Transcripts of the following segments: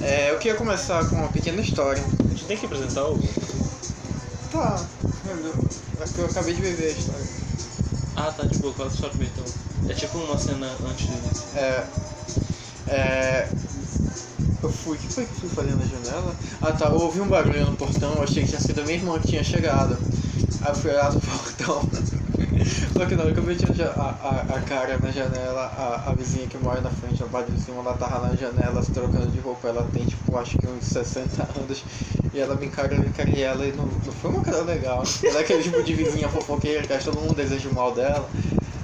É, eu queria começar com uma pequena história. A gente tem que apresentar o. Tá, entendeu? É que eu acabei de viver a história. Ah, tá de boa, qual é a história então? É tipo uma cena antes dele. É. É. Eu fui. O que foi que eu fui fazer na janela? Ah tá, eu ouvi um barulho no portão, eu achei que tinha sido a minha irmã que tinha chegado. Aí eu fui olhar no portão. Só que na hora que eu meti a, ja- a, a- a cara na janela, a, a vizinha que mora na frente, a parte de cima, ela tava na janela se trocando de roupa. Ela tem tipo, acho que uns 60 anos. E ela me encara, eu encarei ela e não, não foi uma cara legal. Ela é aquele tipo de vizinha fofoqueira que acha todo mundo deseja o mal dela.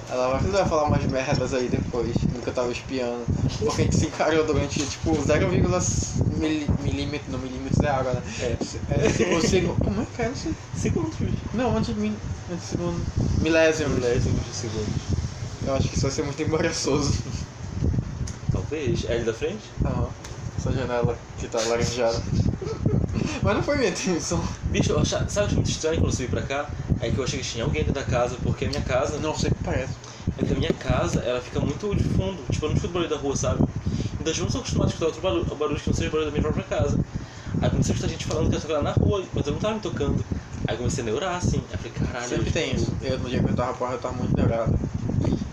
Ela vai, vai falar umas merdas aí depois, do que eu tava espiando. Porque a gente se encarou durante, tipo, 0, mili- milímetro, não milímetros é água, né? É, tipo, segu- Como é que é? Não sei. Segundos. Não, antes de mil... Antes de segundo. Milésimo. Milésimos É um de segundos. Eu acho que isso vai ser muito embaraçoso. Talvez. É ali da frente? Aham. Essa janela que tá laranjada. Mas não foi minha intenção. Bicho, eu achava, sabe o que é muito estranho quando eu subi pra cá? É que eu achei que tinha alguém dentro da casa, porque a minha casa. Não sei o que parece. É que a minha casa, ela fica muito de fundo. Tipo, eu não escuto o barulho da rua, sabe? Então, tipo, eu não sou acostumado a escutar outro barulho, barulho que não seja o barulho da minha própria casa. Aí comecei a escutar gente falando que eu tava na rua, enquanto eu não tava me tocando. Aí comecei a neurar, assim. Aí falei, caralho. Sempre eu- tem isso. Eu, no dia que eu tava porra, eu tava muito neurado.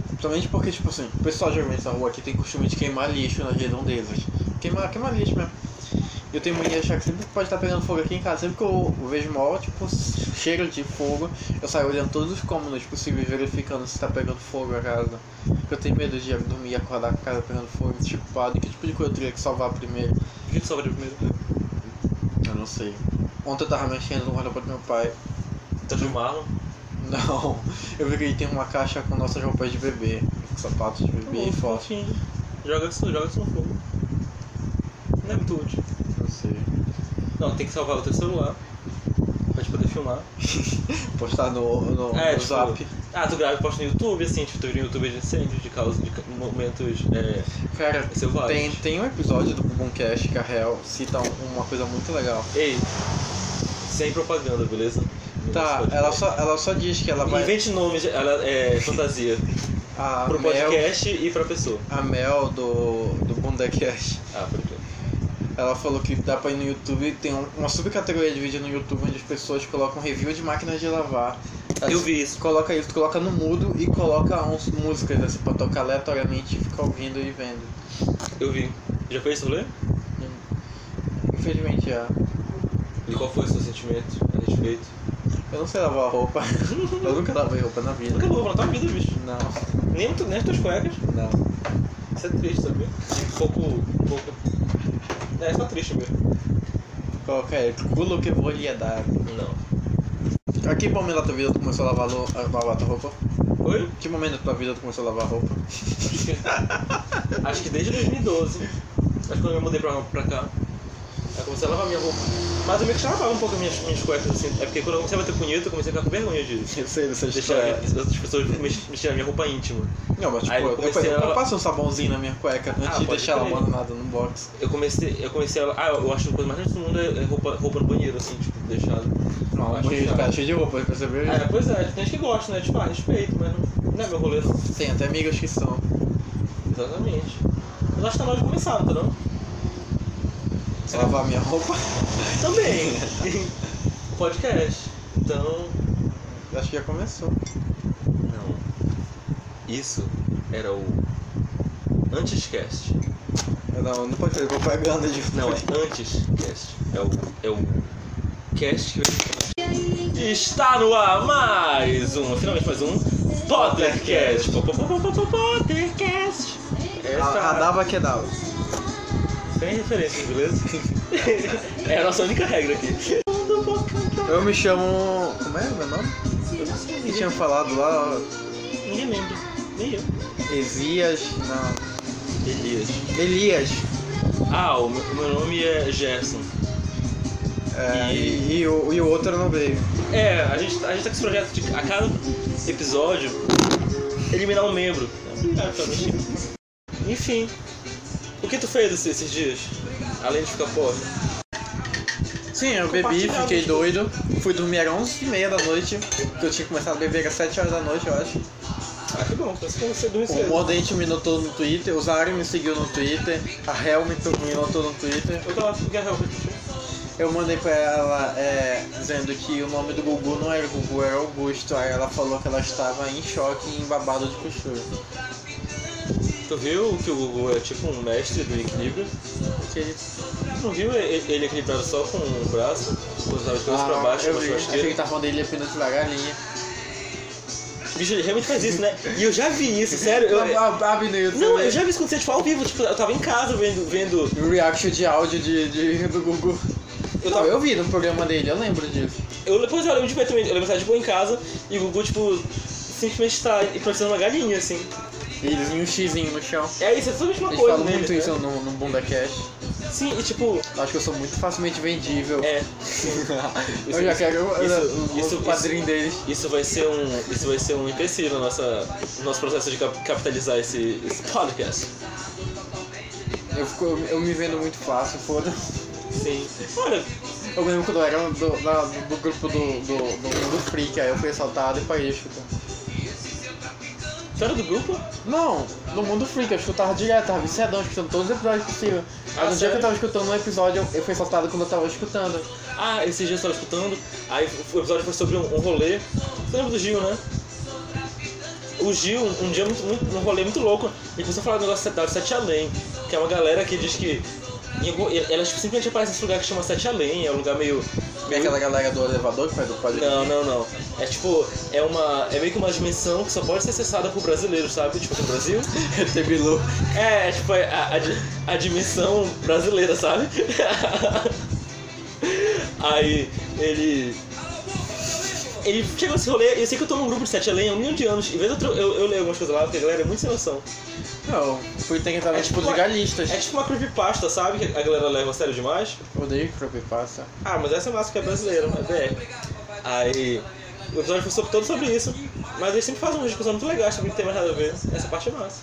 Principalmente porque, tipo assim, o pessoal geralmente da rua aqui tem costume de queimar lixo nas redondezas. Queimar, queimar lixo mesmo. Eu tenho mania de achar que sempre pode estar pegando fogo aqui em casa. Sempre que eu vejo mal, tipo, cheiro de fogo, eu saio olhando todos os cômodos possíveis, verificando se tá pegando fogo a casa. Porque eu tenho medo de dormir e acordar com a casa pegando fogo, tipo, pá, de que tipo de coisa eu teria que salvar primeiro? Por que tu sobra primeiro? Eu não sei. Ontem eu tava mexendo no guarda-roupa do meu pai. Então, o Marlon. Não, eu vi que ele tem uma caixa com nossas roupas de bebê, com sapatos de bebê e foto. fofinho. Joga isso, joga isso no fogo. Não é muito útil. Não sei. Não, tem que salvar o teu celular. Pra te poder filmar. Postar no, no, É, no tipo, zap. Ah, tu grava e posta no YouTube, assim, tipo, tu vira no YouTube de incêndio, de causa de ca- momentos é, Cara, tem, selvagens. tem um episódio do Boomcast que a Real cita um- uma coisa muito legal. Ei, sem propaganda, beleza? Tá, ela só, ela só diz que ela vai. Invente nomes, ela é fantasia. A pro Mel, podcast e pra pessoa. a Mel do, do Bundacast. Ah, por quê? Ela falou que dá pra ir no YouTube, tem um- uma subcategoria de vídeo no YouTube onde as pessoas colocam review de máquinas de lavar. Eu vi isso. Coloca isso, coloca no mudo e coloca uns músicas assim pra tocar aleatoriamente e ficar ouvindo e vendo. Eu vi. Já fez esse rolê? Infelizmente ah, já. E qual foi o seu sentimento a respeito? Eu não sei lavar roupa. Eu nunca lavei roupa na vida. Nunca vou na tua vida, bicho. Não, Nem, tu- nem as tuas cuecas. não. Isso é triste, sabe? Um pouco. Um pouco. É, só triste mesmo. Coloca aí, culo que vou lhe dar. Não. A que momento da tua vida tu começou a lavar, lo- a lavar tua roupa? Oi? Que momento da tua vida tu começou a lavar roupa? Acho que, acho que desde 2012. Acho que quando eu me mudei pra, pra cá. Aí comecei a lavar minha roupa. Mas eu meio que já lavava um pouco minhas, minhas cuecas, assim. É porque quando eu comecei a bater punheta, eu comecei a ficar com vergonha de Eu sei dessa deixar as pessoas mex- mexerem a minha roupa íntima. Não, mas tipo, Aí eu eu, comecei eu a- passo um sabãozinho na minha cueca antes de pode deixar ela crer. abandonada no box. Eu comecei, eu comecei a. Ah, eu acho que a coisa mais triste do mundo é é roupa, roupa no banheiro, assim, tipo, deixada. Não, Eu acho um chato. cara cheio de roupa, percebeu? É, pois é, tem gente que gosta, né? Tipo, ah, respeito, mas não, não é meu rolê, não. Tem até amigos que são. Exatamente. Mas acho que tá na hora de começar, não tá não? Só lavar minha roupa. Também. Podcast. Então. Acho que já começou. Não. Isso era o. Antes-cast. É, Não, não pode fazer propaganda de Não, é antes-cast. É o. É o. Cast que vem. Está no ar mais um. Finalmente mais um. Pottercast. Po- po- po- po- po- po- Pottercast. A, a Essa Dava Ah, que é dava. sem referência, beleza? é a nossa única regra aqui. Eu me chamo. Como é o meu nome? Que tinha falado lá, ó, Ninguém lembra. Nem eu. Esias. Não. Elias. Elias. Ah, o meu, o meu nome é Gerson. É, E- e, e o, e o outro eu não veio. É, a gente, a gente tá com esse projeto de a cada episódio eliminar um membro. Obrigado, tá mentindo. Enfim. O que tu fez esse- esses dias? Além de ficar pobre. Sim, eu bebi, Compartilhar, fiquei né? doido. Fui dormir às 11h30 da noite. Porque eu tinha começado a beber às 7 horas da noite, eu acho. Ah, que bom. não, parece que eu sei do isso. O Modente me notou no Twitter, o Zari me seguiu no Twitter, a Hel me, to- me notou no Twitter. Eu tava achando que a Helga tinha. Eu mandei pra ela é, dizendo que o nome do Gugu não era Gugu, era Augusto. Aí ela falou que ela estava em choque e em babado de costura. Tu viu que o Gugu é tipo um mestre do equilíbrio? Que ele- Tu não viu ele ele equilibrado só com o braço? Usava as coisas pra Ah, baixo, eu com a vi. Achei que churrasqueira. ele tava falando dele apenas da galinha. Bicho, ele realmente faz isso, né? E eu já vi isso, sério. Eu, Ab- Abre no YouTube. não, eu já vi isso acontecer, tipo, ao vivo. Tipo, eu tava em casa vendo... vendo Reaction de áudio de, de- do Gugu. eu Eu, tava, eu vi no programa dele, eu lembro disso. Eu, depois eu lembro de ver também, eu lembro de estar de boa em casa e o Gugu, tipo, simplesmente tá hipnotizando uma galinha, assim. Eles em um xizinho no chão. É isso, é tudo a mesma Eles coisa falam muito né? isso no, no Bunda Cash. Sim, e tipo, Eu Acho que eu sou muito facilmente vendível. é. eu já quero eu- eu- isso- isso- o padrinho deles. Isso vai ser um. Isso vai ser um empecilho na nossa, no nosso processo de cap- capitalizar esse, esse podcast. Eu, fico- eu, eu me vendo muito fácil, foda-se. Sim. Olha, Eu lembro quando eu era um do, da- do grupo do, do, do Mundo Freak, aí eu fui assaltado e então. parei de chutar. tu era do grupo? Não, no Mundo Freak, eu escutava direto, tava viciadão, escutando todos os episódios possíveis. Ah, Aí no dia sério? que eu tava escutando um episódio, eu, eu fui assaltado quando eu tava escutando. Ah, esse dia eu estava escutando, aí o episódio foi sobre um, um rolê. Você lembra do Gil, né? O Gil, um dia muito, muito, um rolê muito louco, ele começou a falar do negócio da Sete Além, que é uma galera que diz que. em algum- e Elas tipo, simplesmente aparecem nesse lugar que chama Sete Além, é um lugar meio. E aquela galera do elevador que faz o podcast. Não, não, não. É tipo, é uma. É meio que uma dimensão que só pode ser acessada por brasileiros, sabe? Tipo, no Brasil. Tebilu. É, é tipo, a, a, di- a dimensão brasileira, sabe? Aí ele. Ele chegou nesse rolê, e eu sei que eu tô num grupo de sete além há um milhão de anos. E vez eu, tro- eu, eu leio algumas coisas lá, porque a galera é muito sem noção. Não, fui tentar É é tipo- tipo tipo- dos galistas. É tipo uma creepypasta, sabe? Que a galera leva a sério demais. Odeio creepypasta. Ah, mas essa é massa que é brasileira, mas é. Aí. O episódio foi sobre, todo sobre isso. Mas eles sempre fazem uma discussão muito legal, sobre que não tem mais nada a ver. Essa parte é massa.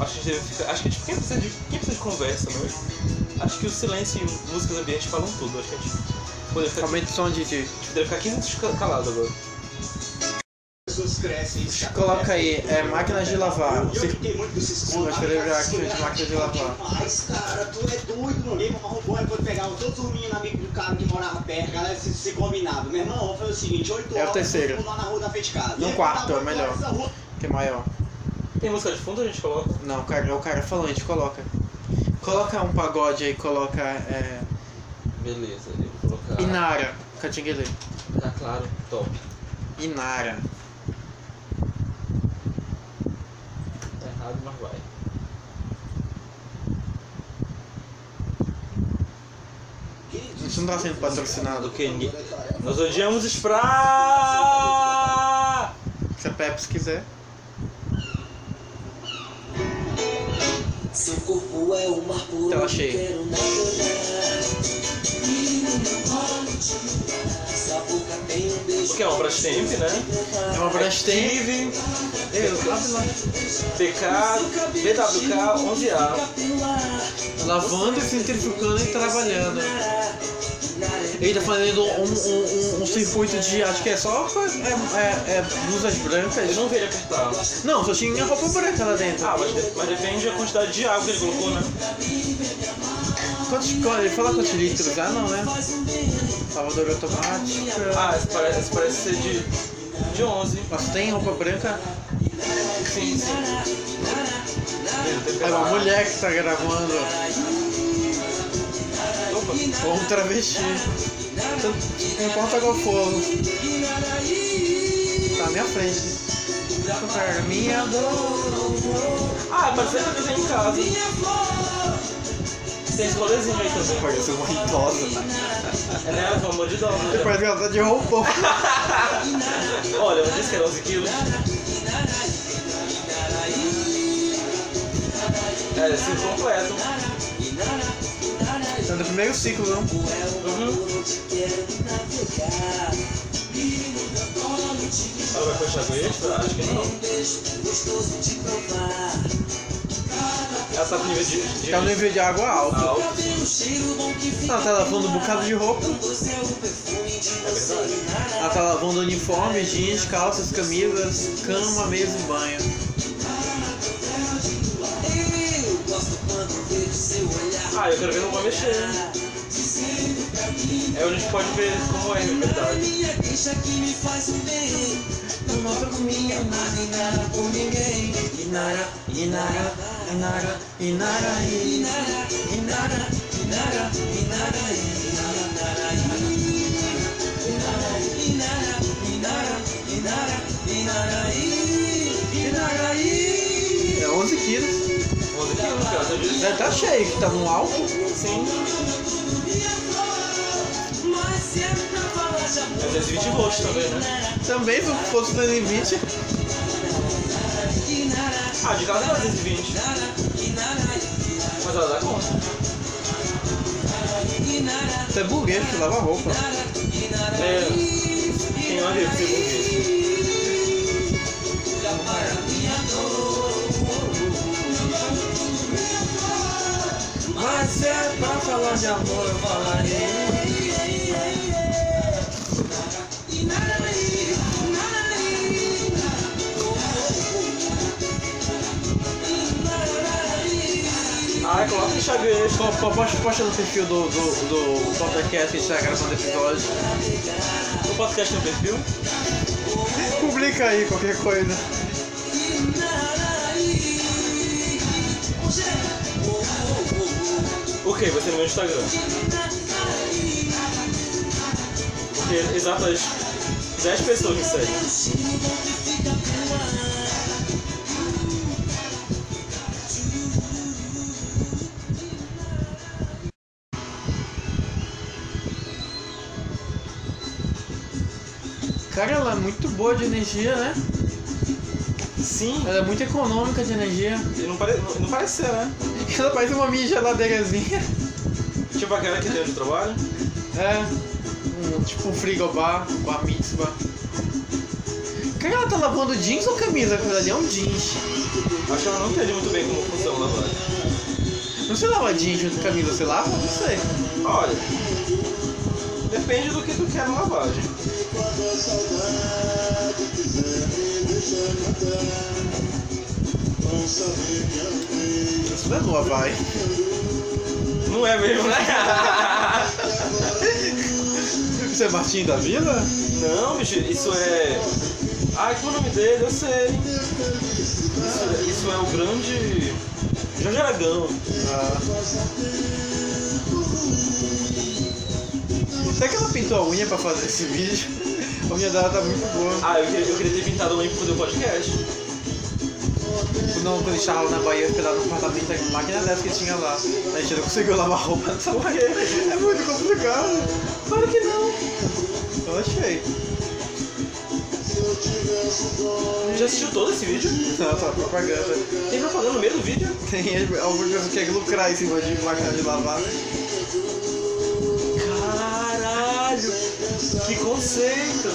Acho que a gente, deve ficar- acho que, tipo, quem, precisa de, quem precisa de conversa, não é? Acho que o silêncio e músicas ambientes falam tudo. Acho que a gente poderia ficar, Aumenta o som de de- tipo, deve ficar 15 minutos ca- calado agora. Coloca aí, é máquina de lavar. Você fiquei muito com esses Sim, mas cadê o react de máquina de lavar? Mas, cara, tu é doido, não lembro, mas roubou, depois pegavam todos os meninos amigos do cara que morava perto, galera se, se combinava. Meu irmão, foi o seguinte, 8 É o horas, terceiro. todo mundo lá na rua da frente de casa. No E aí, quarto, tava é melhor. oito horas na rua, que é maior. Tem música de fundo, a gente coloca. Não, cara, é o cara falante, coloca. Coloca um pagode aí, coloca é, Beleza, eu vou Ah. colocar. Inara. Catinguele. Tá claro, top. Inara. Tá errado, mas vai. Isso não tá sendo patrocinado. Do que ninguém. Nós odiamos Spra! Se a Pepsi quiser. Seu corpo é o mar puro, Tela não cheia. quero nada olhar. Sua boca tem um beijo O que é uma Brastemp, né? É uma Brastemp. Steve, Eu, abre lá. PK, BWK, 11A. tá Lavando, centrifugando e trabalhando. Uhum. Ele tá fazendo um, um- um- um circuito de. Acho que é só co- é, é, é blusas Eu brancas. não vi ele apertar. Não, só tinha roupa branca lá dentro. Ah, mas, de- mas depende da quantidade de água que ele colocou, né? Quantos, ele fala quantos litros? Ah, não, né? Lavadora automática. Ah, esse parece, esse parece ser de, de 11. Nossa, tem roupa branca? Sim, sim. É uma mulher que tá gravando. Opa. Ou um travesti. Tanto- Não importa qual for. Tá à minha frente. Tocar minha dor. Ah, mas você também tem em casa. Tem esse rolezinho aí também. Parece uma idosa. É, né? Pelo amor de Deus. Você Né? parece que ela tá de roupão. Olha, eu disse que era 11 quilos. É, se completo. Tá no primeiro ciclo, não? Uhum. Ela vai fechar com ele? Acho que não. gostoso de provar. Ela Ela tá com nível de. de... Tá no nível de água alto. alto. Cabelo, cheiro bom que fica. Ela tá lavando um bocado de roupa. Tão doce é o perfume de É você verdade. inhalar. Ela tá lavando uniforme, jeans, calças, camisas, cama, mesa e banho. Eu gosto quando vejo seu olhar. Ah, eu quero ver não vai mexer. É onde a gente pode ver como é, na Nada verdade. minha queixa que me faz um bem. Não nada por mim, eu nada e nada por ninguém. Inara, Inara, Inara, Inara, Inara, Inara, Inara, Inara, Inara, Inara, Inara, Inara, Inara, Inara, Inara, É 11 quilos. Vamos aqui, no caso, às vezes. é assim. Deve tá cheio, que tá no álcool. Sim. Mas se é pra falar de amor. É 10 e 20 rosto também, né? Também, se fosse 2020, Ah, de casa dá 220. Mas ela dá conta. até burguês, lava roupa. É. Tem uma vez que você Mas se é pra falar de amor, eu falarei. Ah, coloca o Instagram. Po- po- Posta, posta no perfil do, do, do podcast que a gente tá gravando episódio. O podcast no perfil. Publica aí qualquer coisa. O que? Vai ser no meu Instagram. Porque exatas 10 pessoas me seguem. Cara, ela é muito boa de energia, né? Sim, Ela é muito econômica de energia. e não, pare... não, não parece ser, né? Ela parece uma mini geladeirazinha. Tipo aquela que tem onde eu trabalho. É. Um, tipo um frigobar, um bar mitzvah. Cara, ela tá lavando jeans ou camisa? Aquilo ali é um jeans. Acho que ela não entende muito bem como funciona né, lá fora. Não se lava jeans junto com camisa, você lava? Não sei. Olha, depende do que tu quer na lavagem. Isso não é boa, vai. Não é mesmo, né? Você é Martim da Vila? não, bicho, isso é. Ai, qual é o nome dele? Eu sei. Isso é, isso é o grande. Jorge Aragão. Ah. Será que ela pintou a unha pra fazer esse vídeo? A unha dela tá muito boa. Ah, eu queria, eu queria ter pintado uma pra fazer o podcast. Não, quando a gente tava lá na Bahia hospedado no apartamento, a máquina dessa que tinha lá. A gente não conseguiu lavar roupa nessa Bahia. É muito complicado. Claro que não. Eu achei. Já assistiu todo esse vídeo? Não, só propaganda. Tem propaganda no meio do vídeo? Tem alguns que querem lucrar em cima de máquina de lavar. Caralho! Que conceito!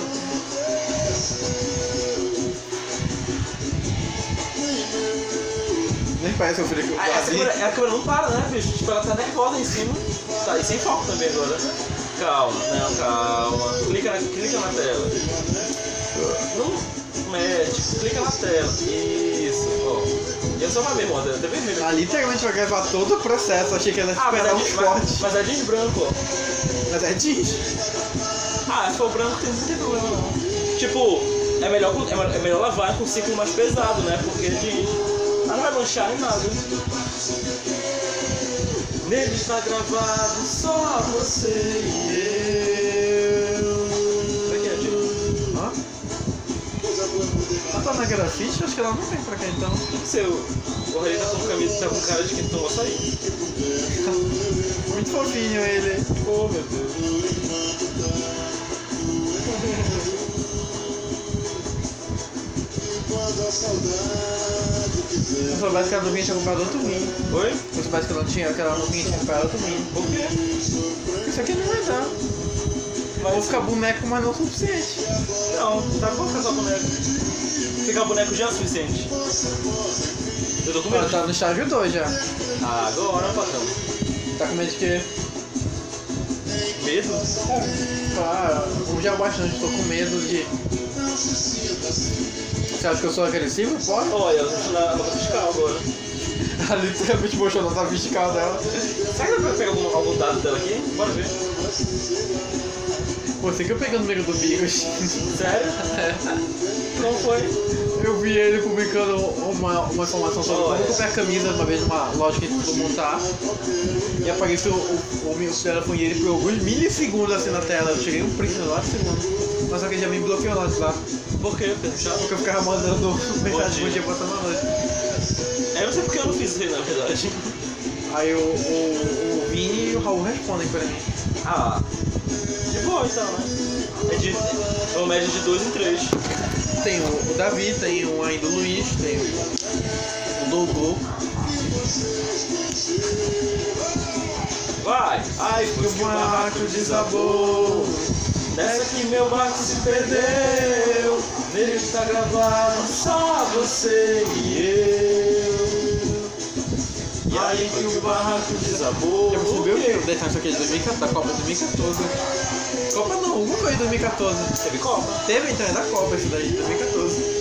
Nem parece o Felipe Ah, essa Guardi. câmera, a câmera não para, né, bicho? Tipo, ela tá nervosa em cima. Tá, e sem foco também agora. Calma, não, calma. Clica na, clica na tela. Não mexe, clica na tela. Isso, ó. E é só pra mesmo, ó, tá vermelho. Ela literalmente vai gravar todo o processo. Achei que ela ia Ah, mas é, esperar uns de- mas, cortes. mas é jeans branco, ó. Mas é jeans. Ah, se for branco tem- não tem problema não. Tipo, é melhor, com- é, me- é melhor lavar com um ciclo mais pesado, né? Porque diz. Ah, não vai manchar nem nada. Nele está gravado só você e eu. Pra quem é, Diego? Ó. Ela tá na grafite? Acho que ela não vem pra cá então. Seu. O Rei tá com camisa tá com cara de quem tomou açaí. Muito fofinho ele. Oh, meu Deus. Se eu soubesse que ela não vinha, tinha comprado outro vinho. Oi? Se eu soubesse que ela não tinha, que ela não vinha, tinha comprado outro vinho. O quê? Isso aqui não vai dar. Vou Mas, ficar boneco, mas não o suficiente. não, tá bom ficar só boneco. Ficar boneco já é o suficiente. Eu tô com Ela medo. Ah, tá no estágio 2 já. Agora, patrão. Tá com medo de quê? Medo? Ah, já é o bastante, tô com medo de. Você acha que eu sou agressivo? Pode. Olha, eu tô na nota fiscal agora. Ela literalmente mostrou a nota fiscal dela. Será que dá pra pegar algum, algum dado dela aqui? Bora ver. Você que eu peguei o número do É. Bigos. Sério? Como foi? Eu vi ele publicando uma, uma informação sobre como comprar camisa uma vez numa loja que todo mundo tá. E apareceu o, o meu telefone dele por alguns milissegundos assim na tela. Eu tirei um print lá de segundo. Mas só que ele já me bloqueou lá de lá. Por quê? Porque deixaram? Porque eu ficava mandando mensagem bom dia botando a noite. É, eu sei porque eu não fiz isso aí, na verdade. Aí o, o, o Vini e o Raul respondem pra mim. Ah, de boa então, né? É de. É uma média de 2 em 3. Tem o, o Davi, tem o ainda o Luiz, tem o, o Dogô. Vai! Ai, E foi o barco desabou. Nessa É que meu barco se perdeu, nele está gravado só você e eu. E aí que o barco desabou. Eu percebi o que? Detalhe só que é de 2014, da Copa de 2014. Copa não, alguma coisa de 2014. Teve Copa? Teve então, é da Copa isso daí, de 2014.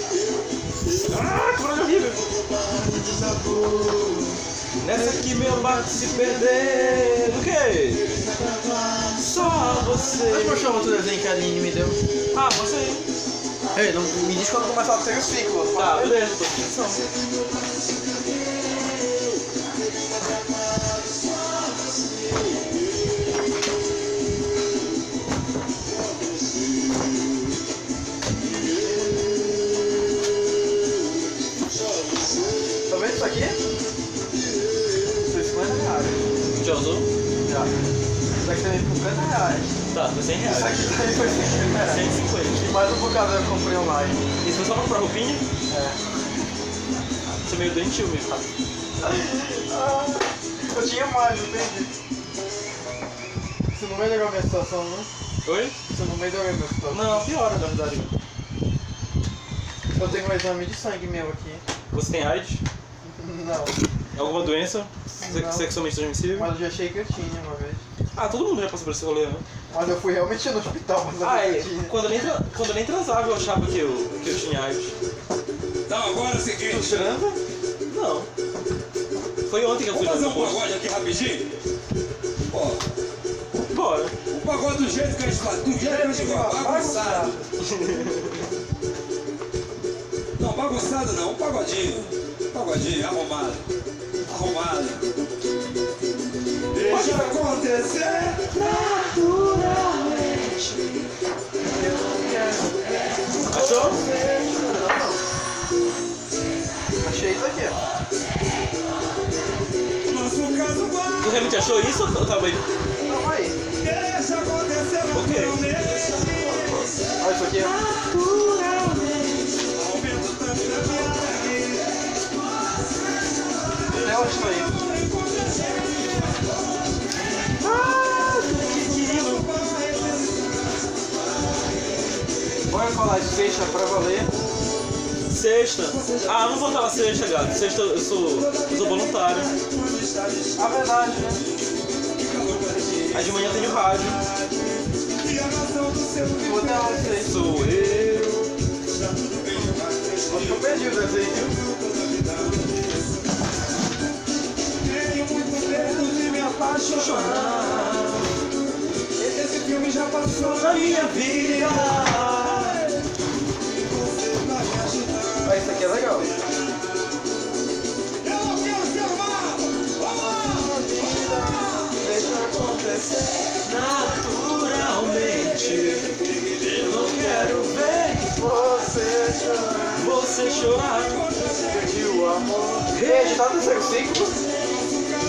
Ah, que barulho horrível! Nessa que meu barco se perdeu, o quê? Só Mas você. mostrou outro desenho que a Aline me deu. Ah, você aí. Ei, não, me diz quando começar o terceiro ciclo. Tá, beleza, tô aqui. Tá vendo isso aqui? Foi 50 é reais. Já usou? Já. Isso aqui também foi 50 reais. Tá, foi 100 reais. Isso aqui também foi 50 é reais. 150. E mais um bocado eu comprei online. Isso foi só pra comprar roupinha? É. Você é meio doentio mesmo. Ah, eu tinha mais, eu perdi. Você não vai jogar minha situação, né? Oi? Você não vai jogar minha situação. Não, piora na verdade. Eu tenho um exame de sangue meu aqui. Você tem AIDS? É Não. Alguma doença? Se- Não. Sexualmente transmissível? Mas eu já achei que eu tinha uma vez. Ah, todo mundo já passou por esse rolê, né? Mas eu fui realmente no hospital, mas eu Ah, é. não tinha. Quando eu nem, tra- quando eu nem transava, eu achava que eu, que eu tinha AIDS. Então agora é o seguinte, Transa? Não. Foi ontem que eu fui vamos lá fazer um no posto. pagode aqui rapidinho? Ó, Bora. o pagode do jeito que a gente faz, do jeito que a gente gosta, bagunçado. Não, bagunçado não, um pagodinho. Um pagodinho, arrumado. Arrumado. Deixa acontecer. Achou? Achei isso aqui, ó. Nosso caso vai. Tu realmente achou isso ou tá tava aí? Não, aí. Deixa acontecer naturalmente. Olha isso aqui, ó. Aumenta o tanto da viagem. Até onde isso aí? Bora falar de fecha pra valer. Sexta. Ah, eu não vou estar lá sexta, gato. Sexta eu sou, eu sou voluntário. A verdade, né? Aí de manhã eu tenho rádio. E a razão do seu Vou até onde isso aí? Sou eu. Acho que eu perdi o desenho, viu? Tenho muito medo de me apaixonar. Esse filme já passou na minha vida. E você vai me ajudar. Olha, isso aqui é legal. Eu não quero ser amado. Vamos Deixa acontecer. Naturalmente. Eu não quero ver Você chora você chorar. de o amor. Ei, tá no terceiro ciclo?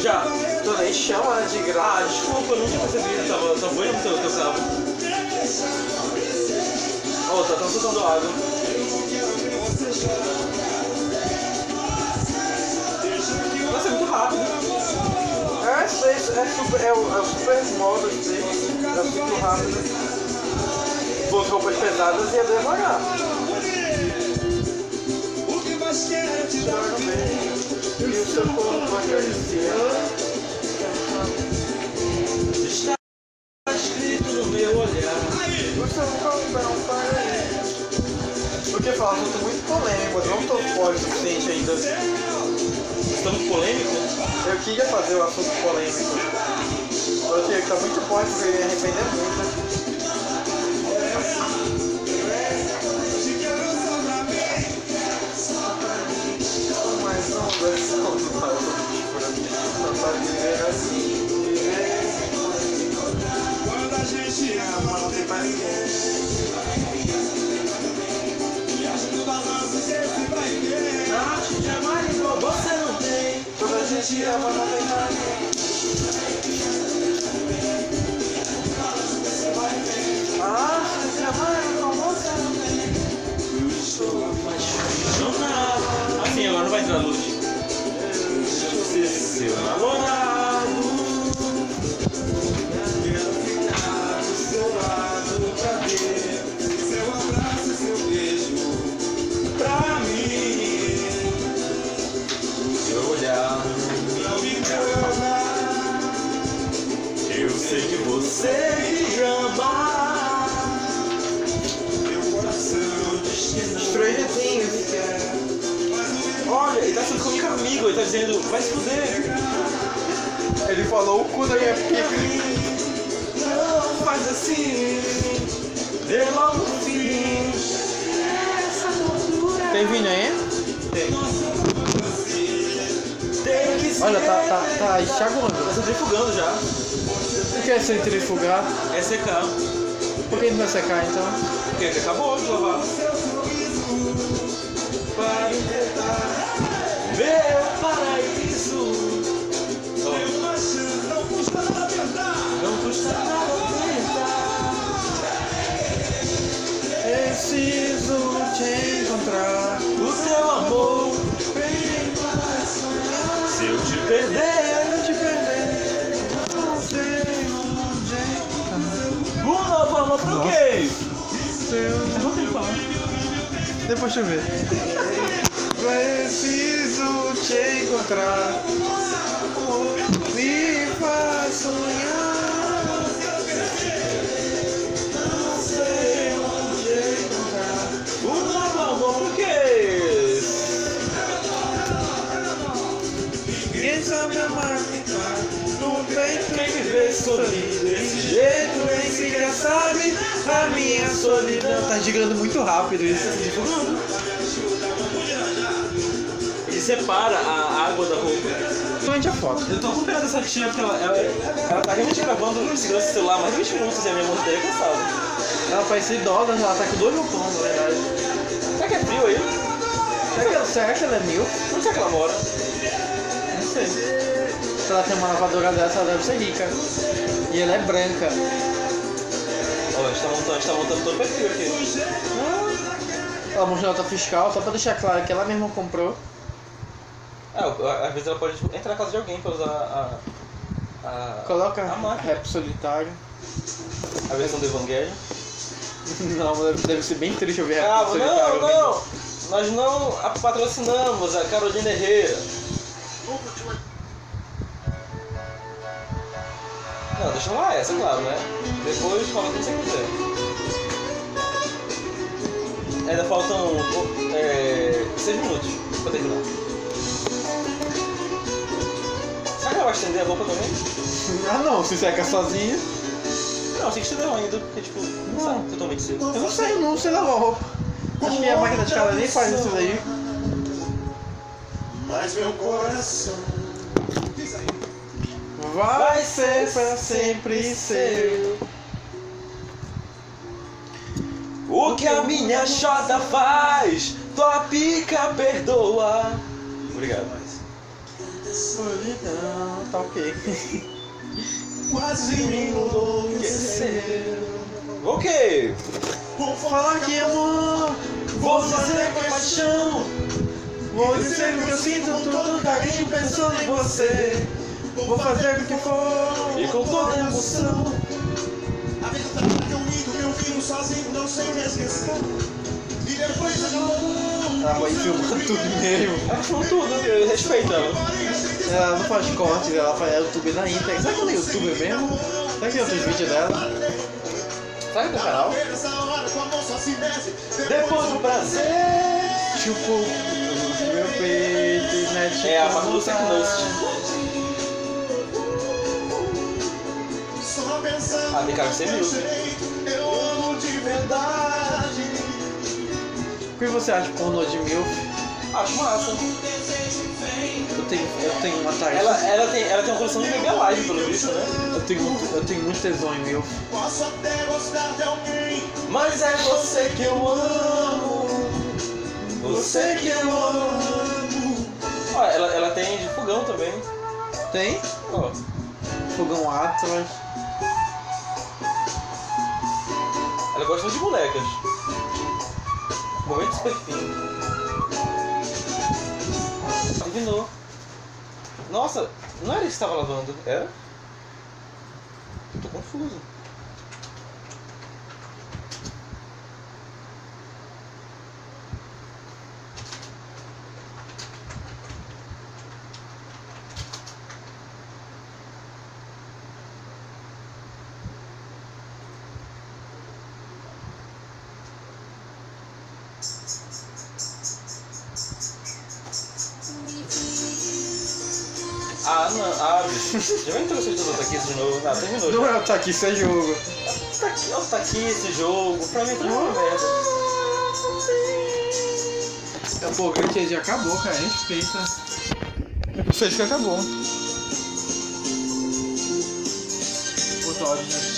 Já. Tu nem chama né, de Ah, grade. desculpa, eu não tinha percebido. Eu Tava, tava olhando o teu teu carro. Ó, tá tão soltando água. Nossa, é muito rápido. É, isso aí, é super, é o, é o super modo isso aí. É muito rápido. Duas roupas pesadas e é devagar. lá. O que mais quero é te dar um beijo. o seu corpo acariciando. Está Tá escrito no meu olhar. O seu corpo é um paraíso. Porque falar um assunto muito polêmico, eu não tô fora o suficiente ainda. Estamos polêmicos? Eu queria fazer o assunto polêmico. Só que tá muito forte porque eu ia me arrepender muito. Te quero só pra mim. Mas não dá só de falar pra mim. Não tá viver assim. Quando a gente ama, não tem mais ninguém. Viagem no balanço sempre vai ter. Na arte de amar igual você não tem. Quando a gente ama, não tem mais ninguém. A arte de amar igual você não tem. Eu estou apaixonado. Não tá. Assim, agora não vai entrar luz. Se seu namorado. Quero ficar do seu lado pra ver seu abraço e seu beijo pra mim. Seu olhar. Não me engana, Eu sei que você me ama. meu coração diz que não Projetinhos. quer, mas o Olha, ele tá ficando comigo amigo, ele tá dizendo, vai se fuder. Ele falou o cu da minha pica. Não faz assim. Dê logo um fim. Tem vinho aí? Tem que Olha, tá, tá, tá Tá enxaguando. centrifugando já. O que é centrifugar? É secar. Por que não vai secar então? Porque acabou de lavar. vai tentar Meu paraíso. ter uma chance, não custa nada tentar. Não custa nada Preciso te encontrar. tentar o seu amor. Se eu te perder, Eu te perder, não sei onde um novo amor pro quê? estou. Não tem falar. Depois deixa eu ver. Preciso te encontrar. Me faz sonhar. Não sei onde encontrar. Um novo amor pro quê? Ninguém sabe amar. Não tem quem me ver sorrir desse jeito. Nem sequer sabe a minha solidão. Tá girando muito rápido isso. tá Ele separa a água da roupa. Somente a foto. Eu tô acompanhando essa tia porque ela, ela, ela tá realmente gravando segurando o celular mais 20 minutos e a minha mão estaria cansada. Ela parece idosa, ela tá com dois mil pontos, na verdade. Será que é frio aí? Será que, será que ela é mil? Onde será que ela mora? Não sei. Se ela tem uma lavadora dessa, ela deve ser rica. E ela é branca. Ó, a gente tá montando, a gente tá montando todo perfil aqui. Ela mostrou nota fiscal, só pra deixar claro que ela mesma comprou. É, a- às vezes ela pode tipo, entrar na casa de alguém pra usar a. a Coloca a máquina. rap solitário. A versão do Evangelho. Não, deve- deve ser bem triste ouvir rap Ah, não, solitário. não! Nós não a patrocinamos a Carolina Herrera. Não, deixa lá essa, claro, né? Depois fala o que você quiser. Ainda faltam é, seis minutos pra terminar. Será que ela vai estender a roupa também? Ah não, se seca sozinha. Não, tem que estender ainda, porque tipo, não sabe totalmente seco. Eu não sei, eu não sei lavar roupa. Acho que a máquina de cara nem faz isso daí. Mas meu coração Vai ser pra sempre seu. O que a minha chota faz, tua pica perdoa. Obrigado. Solidão, tá ok. quase me mudou. Ok, Fala Vou falar que amor, vou fazer com paixão. vou dizer o que eu sinto, todo carinho pensando em você. Vou fazer o que for, E com toda emoção. A verdade é que eu minto, que eu vivo sozinho, não sei me esquecer. E depois acabou. Ela vai filmar tudo mesmo. Ela falou tudo, eu respeito ela. Ela não faz cortes, ela faz YouTube na íntegra. Será que ela é youtuber mesmo? Será que tem outros vídeos dela? Será que tem canal? Depois do prazer. Tipo, meu peito né? Tipo, e mete É a pra Marta do rodar. Secnost. Ah, tem cara que você viu. O que você acha de pornô de mil? Acho massa. Eu tenho, eu tenho uma tarefa. Ela, é- ela, tem, ela tem uma coleção de bebelagem, pelo visto, né? Eu, tenho muito, eu tenho muito tesão em mil. Mas é você que eu amo. Você que eu amo. Ó, ela, ela tem de fogão também. Tem? Ó, Fogão Atlas. ela gosta de bonecas. Momento super fino. Terminou. Nossa, não era isso que tava lavando, era? Eu tô confuso. Ah, não, ah, bicho. já entrou essas duas aqui de novo. Ah, terminou. Não já. é o Taki, isso é jogo. Tá aqui, ó, tá aqui esse jogo. Pra mim tá uma merda. É Pô, o grande já acabou, cara. Respeita. Eu sei que acabou. Outro áudio, né?